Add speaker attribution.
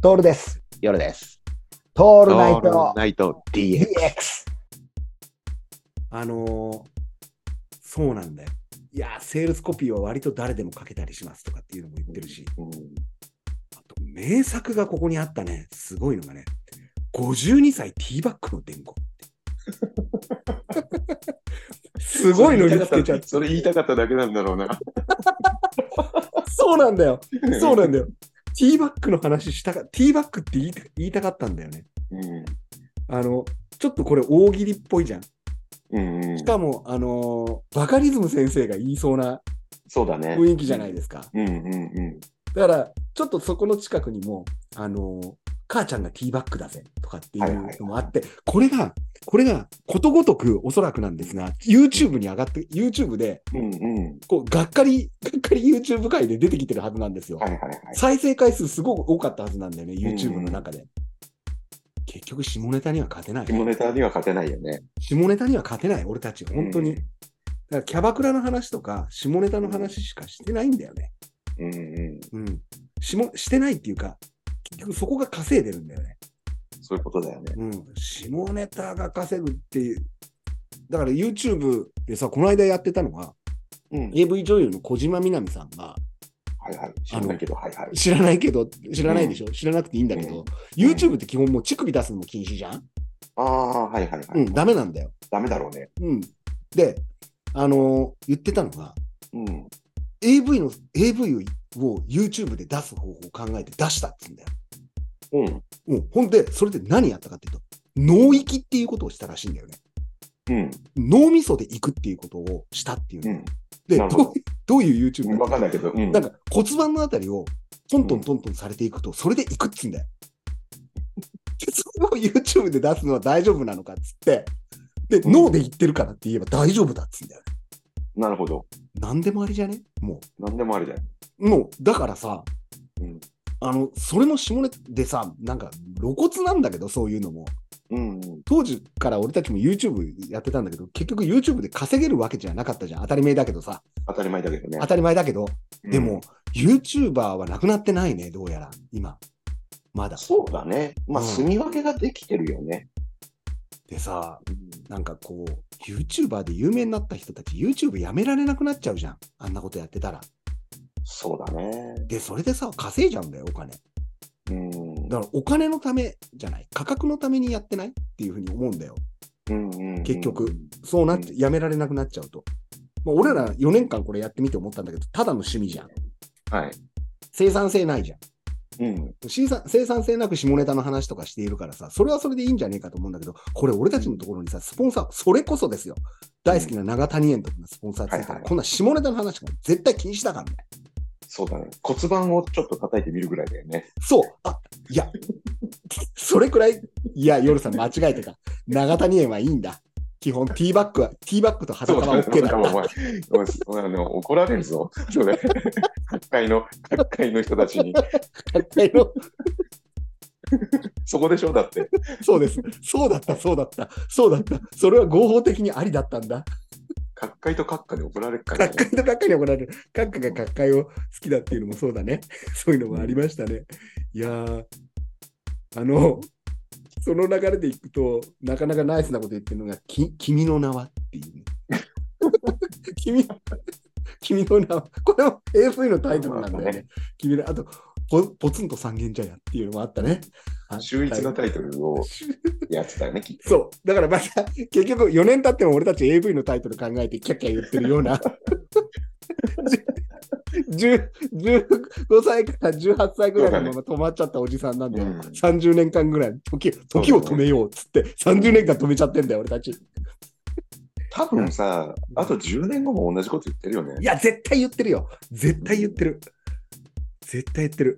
Speaker 1: トールです。
Speaker 2: 夜です。
Speaker 1: ト
Speaker 2: オ
Speaker 1: ールナイト
Speaker 2: ナイト
Speaker 1: DX。
Speaker 2: DX。
Speaker 3: あのーそうなんだよ。いやー、セールスコピーは割と誰でも書けたりしますとかっていうのも言ってるし、
Speaker 2: う
Speaker 3: あ
Speaker 2: ん
Speaker 3: と名作がここにあったね、すごいのがね、52歳ティーバックの伝言って。すごいの見つけちゃった。
Speaker 2: それ言いたかっただけなんだろうな。
Speaker 3: そうなんだよ。 そうなんだよ。ティーバックの話したか、ティーバックって言いた言いたかったんだよね。
Speaker 2: うん。
Speaker 3: あの、ちょっとこれ大喜利っぽいじゃん。
Speaker 2: うんうん
Speaker 3: しかも、あのーバカリズム先生が言いそうな
Speaker 2: そうだね。
Speaker 3: 雰囲気じゃないですか。
Speaker 2: うんうんうん。
Speaker 3: だから、ちょっとそこの近くにも、あのー母ちゃんがティーバックだぜとかっていうのもあって、これが、これがことごとくおそらくなんですが、YouTube に上がって、YouTube で、
Speaker 2: うんうん。
Speaker 3: こう、がっかり、がっかり YouTube 界で出てきてるはずなんですよ
Speaker 2: は。いはいはい。
Speaker 3: 再生回数すごく多かったはずなんだよね、YouTube の中で。結局、下ネタには勝てない。
Speaker 2: 下ネタには勝てないよね。
Speaker 3: 下ネタには勝てない、俺たち。本当に。だからキャバクラの話とか、下ネタの話しかしてないんだよね。
Speaker 2: うんうん。
Speaker 3: うん、しもしてないっていうか、結局そこが稼いでるんだよね。
Speaker 2: そういうことだよね。
Speaker 3: うん、下ネタが稼ぐっていう。だから YouTube でさ、この間やってたのは、
Speaker 2: うん。
Speaker 3: AV 女優の小島みなみさんが、
Speaker 2: はいはい。知らないけど、はいはい。
Speaker 3: 知らないけど、知らないでしょ、知らなくていいんだけど、YouTube って基本もう乳首出すのも禁止じゃん
Speaker 2: ああ、はいはいは
Speaker 3: う
Speaker 2: い。
Speaker 3: ん、ダメなんだよ。
Speaker 2: ダメだろうね。
Speaker 3: うん。で、あのー言ってたのが、
Speaker 2: うん。
Speaker 3: AV の、AV を YouTube で出す方法を考えて出したって言うんだよ。
Speaker 2: うん。
Speaker 3: うん、ほんで、それで何やったかっていうと、脳域っていうことをしたらしいんだよね。
Speaker 2: うん。
Speaker 3: 脳みそで行くっていうことをしたっていう
Speaker 2: う
Speaker 3: の。
Speaker 2: ん。
Speaker 3: で
Speaker 2: な
Speaker 3: ど
Speaker 2: るほど
Speaker 3: ういう、どういう YouTube
Speaker 2: わかんないけど、うん
Speaker 3: な。んか骨盤のあたりをトントントントンされていくと、それで行くっつうんだよ。でそれを YouTube で出すのは大丈夫なのかっつって、で、
Speaker 2: うん
Speaker 3: 脳で言ってるからって言えば大丈夫だっつうんだよね。
Speaker 2: なるほど。
Speaker 3: なんでもありじゃねも
Speaker 2: なんでもありだよ。
Speaker 3: う。もう、だからさ、
Speaker 2: うん
Speaker 3: あの、それも下ネタでさ、なんか露骨なんだけど、そういうのも。
Speaker 2: うんうん。
Speaker 3: 当時から俺たちも YouTube やってたんだけど、結局 YouTube で稼げるわけじゃなかったじゃん。当たり前だけどさ。
Speaker 2: 当たり前だけどね
Speaker 3: 当。たり前だけど。でも、、YouTuber はなくなってないね、どうやら、今。まだ。
Speaker 2: そうだね。まあ、
Speaker 3: うん
Speaker 2: 住み分けができてるよね。
Speaker 3: でさ、なんかこう、YouTuber で有名になった人たち、YouTube やめられなくなっちゃうじゃん。あんなことやってたら。
Speaker 2: そうだね。
Speaker 3: で、それでさ、稼いじゃうんだよ、お金。
Speaker 2: うん。
Speaker 3: だから、お金のためじゃない。価格のためにやってないっていうふうに思うんだよ。
Speaker 2: うんうんうん
Speaker 3: 結局。そうなっちゃ、やめられなくなっちゃうと。まあ、俺ら4年間これやってみて思ったんだけど、ただの趣味じゃん。
Speaker 2: はい。
Speaker 3: 生産性ないじゃん。
Speaker 2: うん。
Speaker 3: 生産生産性なく下ネタの話とかしているからさ、それはそれでいいんじゃねえかと思うんだけど、これ俺たちのところにさ、スポンサー、それこそですよ。大好きな長谷園とかのスポンサーつい
Speaker 2: は
Speaker 3: た
Speaker 2: いは
Speaker 3: ら、
Speaker 2: い
Speaker 3: こんな下ネタの話が絶対禁止だからね。
Speaker 2: そうだね。骨盤をちょっと叩いてみるぐらいだよね。
Speaker 3: そう。あ、いや、 それくらい、いや、夜さん間違えてた。長谷園はいいんだ。基本、ティーバックは、ティーバックと裸は OK だ
Speaker 2: お前
Speaker 3: っ
Speaker 2: お前お前あの怒られるぞ。それ。各界の、各界の人たちに。
Speaker 3: たっていうの。
Speaker 2: そこでしょだって。
Speaker 3: そうです。そうだった、そうだった、そうだった。それは合法的にありだったんだ。
Speaker 2: 各界と各界で怒られるから、ね
Speaker 3: 各。界と各界に怒られる。各界が各界を好きだっていうのもそうだね。そういうのもありましたね。いやー、あの、その流れでいくと、なかなかナイスなこと言ってるのが、き君の名はっていうね。君君の名は。これも AV のタイトルなんだよね。君のあとポ、ポツンと三軒茶屋っていうのもあったね。
Speaker 2: 秀逸なタイトルをやってたよね、きっ
Speaker 3: そう。だからまた、結局4年経っても俺たち AV のタイトル考えてキャッキャ言ってるような。10 15歳から18歳ぐらいのまま止まっちゃったおじさんなんだよ。
Speaker 2: うん
Speaker 3: 30年間ぐらい時、時を止めようっつって、30年間止めちゃってんだよ、俺たち。い
Speaker 2: と。多分さ、あと10年後も同じこと言ってるよね。
Speaker 3: や、絶対言ってるよ。絶対言ってる。絶対言ってる。